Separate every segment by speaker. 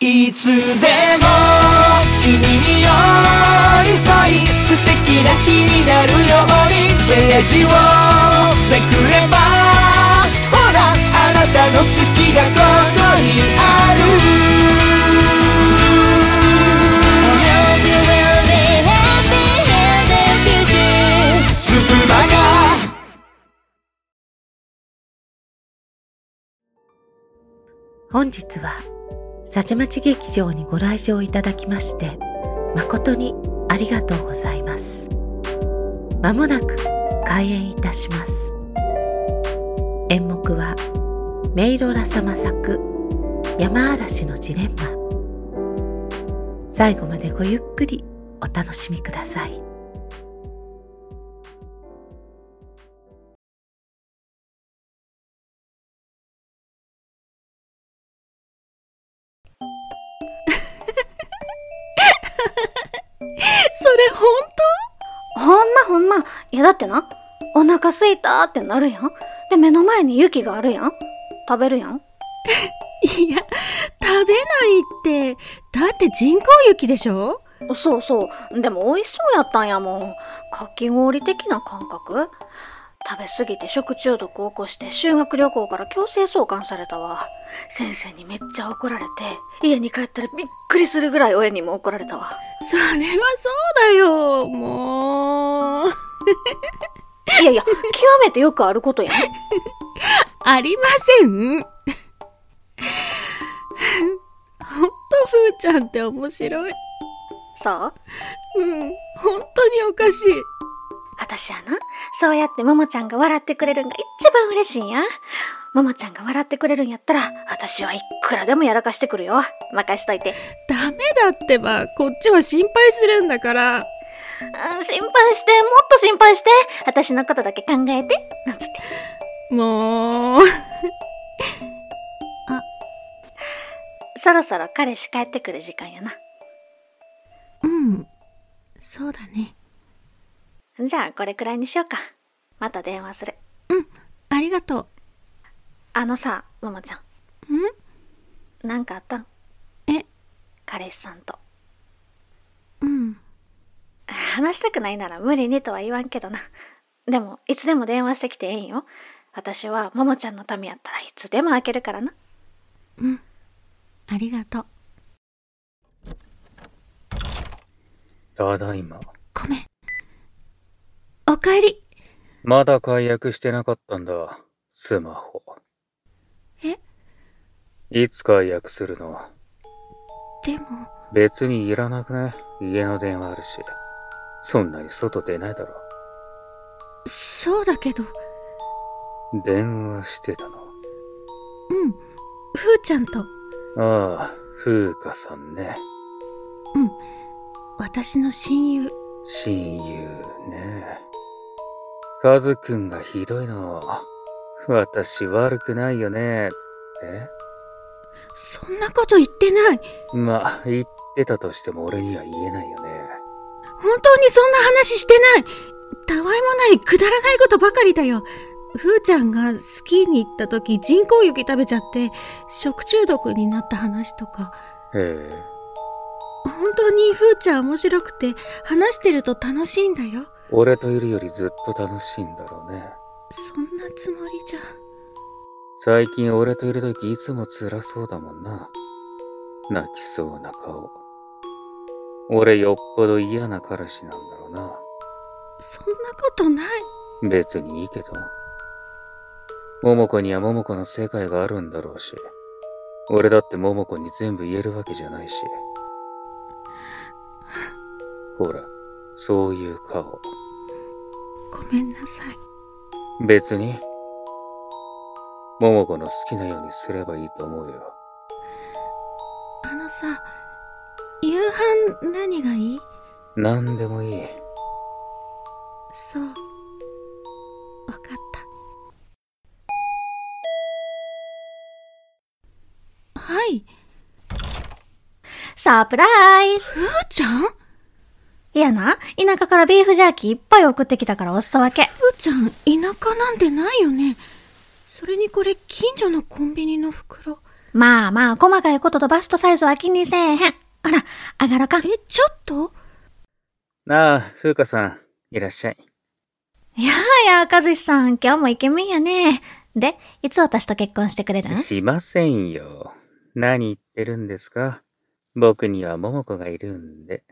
Speaker 1: いつでも君に寄り添い素敵な日になるようにページをめくればほらあなたの好きがここにある
Speaker 2: hope you will be happy in the future
Speaker 1: スプマガ
Speaker 3: 本日は、さちまち劇場にご来場いただきまして、誠にありがとうございます。まもなく開演いたします。演目は、メイロラ様作、山嵐のジレンマ。最後までごゆっくりお楽しみください。
Speaker 4: それ本
Speaker 5: ほんまほんま。いやだってな、お腹すいたってなるやん。で、目の前に雪があるやん。食べるやん。
Speaker 4: 当いや、食べないって。だって人工雪でしょ
Speaker 5: そうそう。でも美味しそうやったんやもん。かき氷的な感覚食べ過ぎて食中毒を起こして修学旅行から強制送還されたわ。先生にめっちゃ怒られて、家に帰ったらびっくりするぐらい親にも怒られたわ。
Speaker 4: それはそうだよ。もう。
Speaker 5: いやいや、極めてよくあることやん。
Speaker 4: ありません。ほんと、ふーちゃんって面白い。
Speaker 5: さあ、
Speaker 4: うん。ほんとにおかしい。
Speaker 5: 私はな、そうやってももちゃんが笑ってくれるんが一番嬉しいんや。ももちゃんが笑ってくれるんやったら、私はいくらでもやらかしてくるよ。任しといて。
Speaker 4: ダメだってば、こっちは心配するんだから。
Speaker 5: うん心配して、もっと心配して。私のことだけ考えて。なんつって。
Speaker 4: もう。
Speaker 5: そろそろ彼氏帰ってくる時間やな。
Speaker 4: うん。そうだね。
Speaker 5: じゃあ、これくらいにしようか。また電話する。
Speaker 4: ありがと
Speaker 5: あのさ、ももちゃ
Speaker 4: う。ん
Speaker 5: ん、なんかあったん
Speaker 4: え
Speaker 5: 彼氏さんと。
Speaker 4: うん。
Speaker 5: 話したくないなら無理にとは言わんけどな。でも、いつでも電話してきてええんよ。私は、ももちゃんのためやったらいつでも開けるからな。
Speaker 4: うん。ありがとう。
Speaker 6: ただいま。
Speaker 4: ごめん。おかえり。
Speaker 6: まだ解約してなかったんだ、スマホ。
Speaker 4: え
Speaker 6: いつ解約するの
Speaker 4: でも、
Speaker 6: 別にいらなくね家の電話あるし。そんなに外出ないだろ。
Speaker 4: そうだけど。
Speaker 6: 電話してたの。
Speaker 4: うん。ふーちゃんと、
Speaker 6: ああ、風花さんね。
Speaker 4: 私の親友。
Speaker 6: 親友ね。カズくんがひどいの。私悪くないよね。え
Speaker 4: そんなこと言ってない。
Speaker 6: まあ、言ってたとしても俺には言えないよね。
Speaker 4: 本当にそんな話してない。たわいもない、くだらないことばかりだよ。ふーちゃんがスキーに行った時人工雪食べちゃって食中毒になった話とか
Speaker 6: へえ。
Speaker 4: 本当にふーちゃん面白くて話してると楽しいんだよ
Speaker 6: 俺といるよりずっと楽しいんだろうね。
Speaker 4: そんなつもりじゃ
Speaker 6: 最近俺といる時いつも辛そうだもんな。泣きそうな顔。俺よっぽど嫌な彼氏なんだろうな
Speaker 4: そんなことない。
Speaker 6: 別にいいけど。桃子には桃子の世界があるんだろうし。俺だって桃子に全部言えるわけじゃないし。ほら、そういう顔。
Speaker 4: ごめんなさい
Speaker 6: 別に。桃子の好きなようにすればいいと思うよ。
Speaker 4: あのさ夕飯何がいい
Speaker 6: 何でもいい。
Speaker 4: そうわかったはい
Speaker 5: サプライズ
Speaker 4: ふーちゃんふー
Speaker 5: いやな、田舎からビーフジャーキーいっぱい送ってきたからおすそ分け。
Speaker 4: ちゃん田舎なんてないよねそれにこれ近所のコンビニの袋
Speaker 5: まあまあ、細かいこととバストサイズは気にせえへん。あら、上がらかん。
Speaker 4: え、ちょっと
Speaker 6: なあ、風花さん、いらっしゃい。
Speaker 5: いやあや、和志さん、今日もイケメンやね。で、いつ私と結婚してくれるん
Speaker 6: しませんよ。何言ってるんですか僕には桃子がいるんで。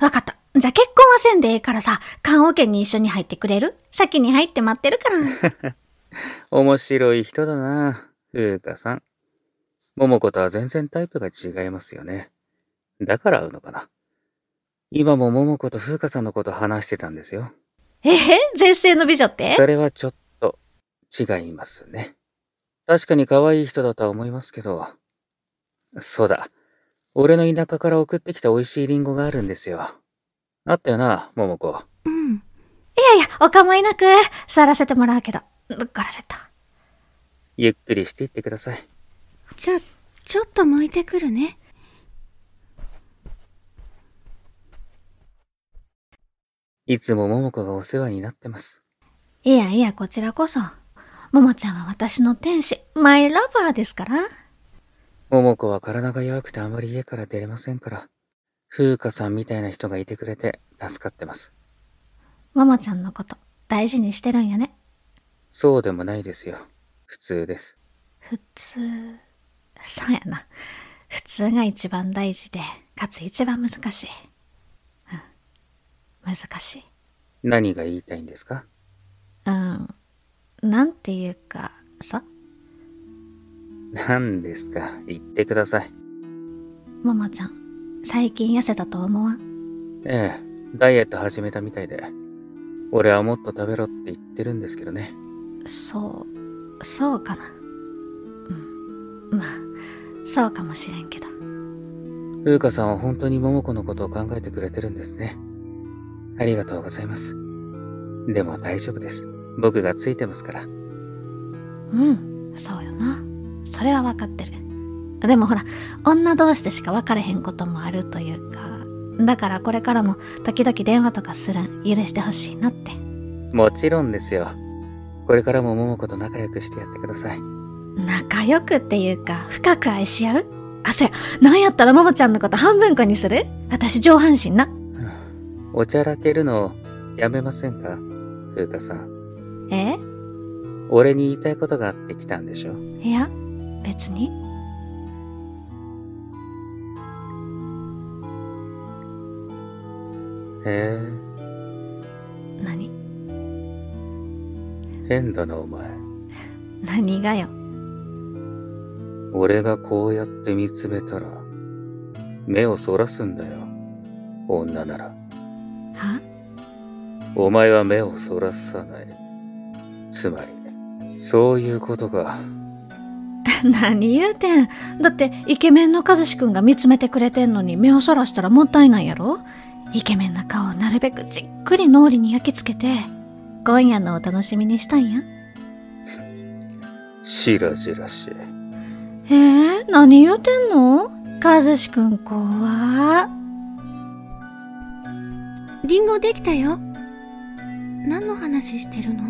Speaker 5: わかった。じゃあ結婚はせんでええからさ、棺桶に一緒に入ってくれる先に入って待ってるから。
Speaker 6: 面白い人だな、風花さん。桃子とは全然タイプが違いますよね。だから会うのかな。今も桃子と風花さんのこと話してたんですよ。
Speaker 5: えへ、絶世の美女って
Speaker 6: それはちょっと違いますね。確かに可愛い人だとは思いますけど。そうだ。俺の田舎から送ってきた美味しいリンゴがあるんですよ。あったよな、桃子。
Speaker 4: うん。
Speaker 5: いやいや、お構いなく、座らせてもらうけど。どっからせた。
Speaker 6: ゆっくりしていってください。
Speaker 4: じゃあ、ちょっと向いてくるね。
Speaker 6: いつも桃子がお世話になってます。
Speaker 5: いやいや、こちらこそ。ももちゃんは私の天使、マイラバーですから。
Speaker 6: 桃子は体が弱くてあまり家から出れませんから。風花さんみたいな人がいてくれて助かってます。
Speaker 5: ももちゃんのこと、大事にしてるんやね。
Speaker 6: そうでもないですよ。普通です。
Speaker 5: 普通、そうやな。普通が一番大事で、かつ一番難しい。うん。難しい。
Speaker 6: 何が言いたいんですか
Speaker 5: うん。なんていうか、さ、
Speaker 6: 何ですか言ってください。
Speaker 5: ももちゃん、最近痩せたと思わん
Speaker 6: ええ、ダイエット始めたみたいで。俺はもっと食べろって言ってるんですけどね。
Speaker 5: そう、そうかな。うん。まあ、そうかもしれんけど。
Speaker 6: 風花さんは本当に桃子のことを考えてくれてるんですね。ありがとうございます。でも大丈夫です。僕がついてますから。
Speaker 5: うん、そうよな。それは分かってる。でもほら、女同士でしか分かれへんこともあるというか、だからこれからも時々電話とかするん許してほしいなって。
Speaker 6: もちろんですよ。これからも桃子と仲良くしてやってください。
Speaker 5: 仲良くっていうか、深く愛し合うあ、そうや、なんやったらももちゃんのこと半分こにする私上半身な。
Speaker 6: おちゃらけるのやめませんか風花さん。
Speaker 5: え
Speaker 6: 俺に言いたいことがあって来たんでしょ
Speaker 5: いや、別に。
Speaker 6: へ
Speaker 5: 何
Speaker 6: え、変だなお前。
Speaker 5: 何がよ。
Speaker 6: 俺がこうやって見つめたら、目をそらすんだよ。女なら。
Speaker 5: は
Speaker 6: お前は目をそらさない。つまり、そういうことか。
Speaker 5: 何言うてんだってイケメンの和志くんが見つめてくれてんのに目をそらしたらもったいないやろイケメンな顔をなるべくじっくり脳裏に焼き付けて今夜のお楽しみにしたんや
Speaker 6: しらじらしい。
Speaker 5: えー、何言うてんの和志くん怖
Speaker 4: リンゴできたよ。何の話してるの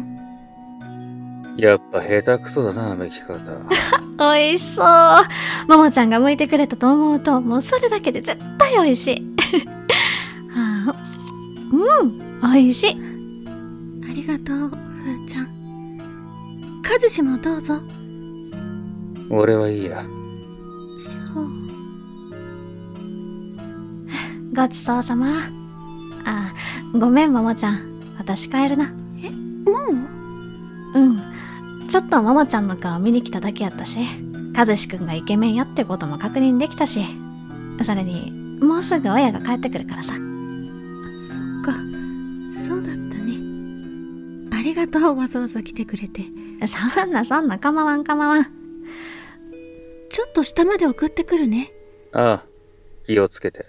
Speaker 6: やっぱ下手くそだな、歩き方。
Speaker 5: 美味しそうももちゃんが向いてくれたと思うともうそれだけで絶対美味しい あーうん美味しい
Speaker 4: ありがとう、ふーちゃん。かずしもどうぞ。
Speaker 6: 俺はいいや。
Speaker 4: そう。
Speaker 5: ごちそうさまあーごめんももちゃん私帰るな
Speaker 4: も
Speaker 5: うん。ちょっとママちゃんの顔見に来ただけやったし、和志くんがイケメンやってことも確認できたし、それに、もうすぐ親が帰ってくるからさ。
Speaker 4: うそっか。そうだったね。ありがとう、わざわざ来てくれて。
Speaker 5: そんなそんな構わん構わん。
Speaker 4: ちょっと下まで送ってくるね。
Speaker 6: ああ、気をつけて。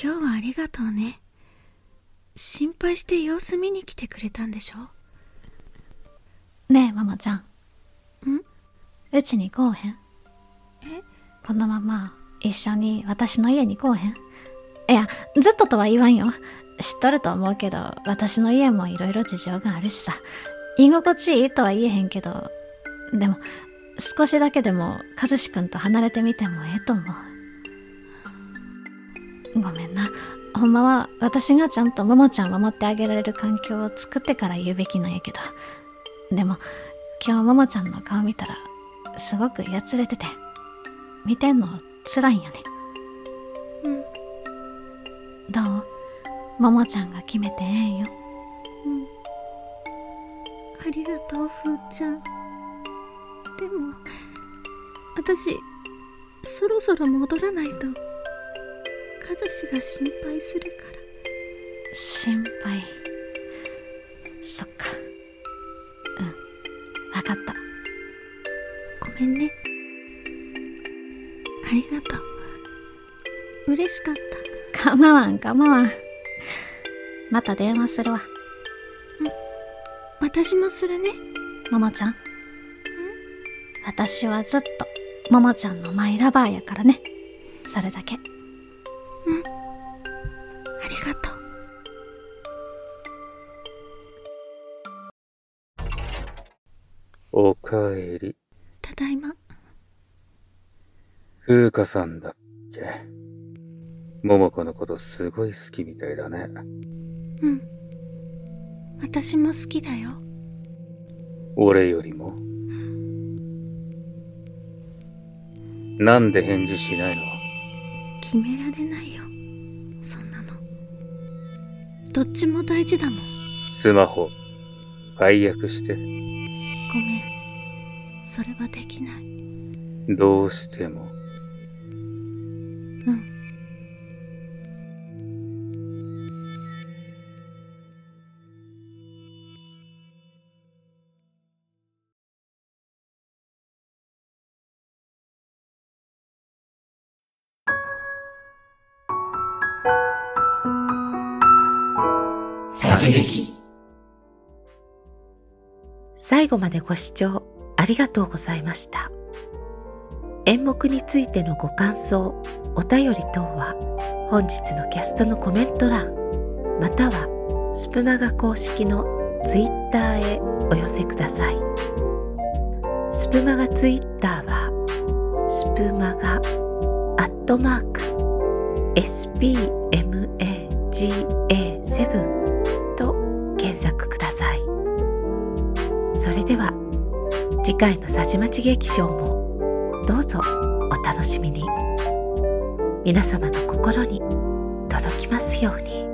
Speaker 4: 今日はありがとうね。心配して様子見に来てくれたんでしょ
Speaker 5: ねえ、ママちゃん。
Speaker 4: ん
Speaker 5: うちに来おへんえこのまま、一緒に私の家に来おへんいやずっととは言わんよ知っとると思うけど私の家もいろいろ事情があるしさ居心地いいとは言えへんけどでも少しだけでも和志くんと離れてみてもええと思うごめんなほんまは私がちゃんとももちゃん守ってあげられる環境を作ってから言うべきなんやけどでも今日ももちゃんの顔見たらすごくやつれてて見てんの辛いんよねどうももちゃんが決めてええんよ
Speaker 4: ありがとう、ふーちゃん。でも、私、そろそろ戻らないと、和志が心配するから。
Speaker 5: 心配そっかうんわかった
Speaker 4: ごめんね。ありがとう。嬉しかった。
Speaker 5: かまわんかまわんまた電話するわ
Speaker 4: 私もするね。
Speaker 5: ももちゃん私はずっとももちゃんのマイラバーやからねそれだけ
Speaker 4: ありがとう。
Speaker 6: おかえり。
Speaker 4: ただいま。
Speaker 6: 風花さんだっけ桃子のことすごい好きみたいだね。
Speaker 4: うん。私も好きだよ。
Speaker 6: 俺よりも。なんで返事しないの
Speaker 4: 決められないよ。そんなの。どっちも大事だもん。
Speaker 6: スマホ、解約して、
Speaker 4: ごめん。それはできない。
Speaker 6: どうしても。
Speaker 7: 殺撃
Speaker 3: 最後までご視聴ありがとうございました。演目についてのご感想、お便り等は本日のキャストのコメント欄、またはスプマガ公式のツイッターへお寄せください。スプマガツイッターはスプマガアットマーク spmaga7 と検索ください。それでは次回のさちまち劇場もどうぞお楽しみに皆様の心に届きますように。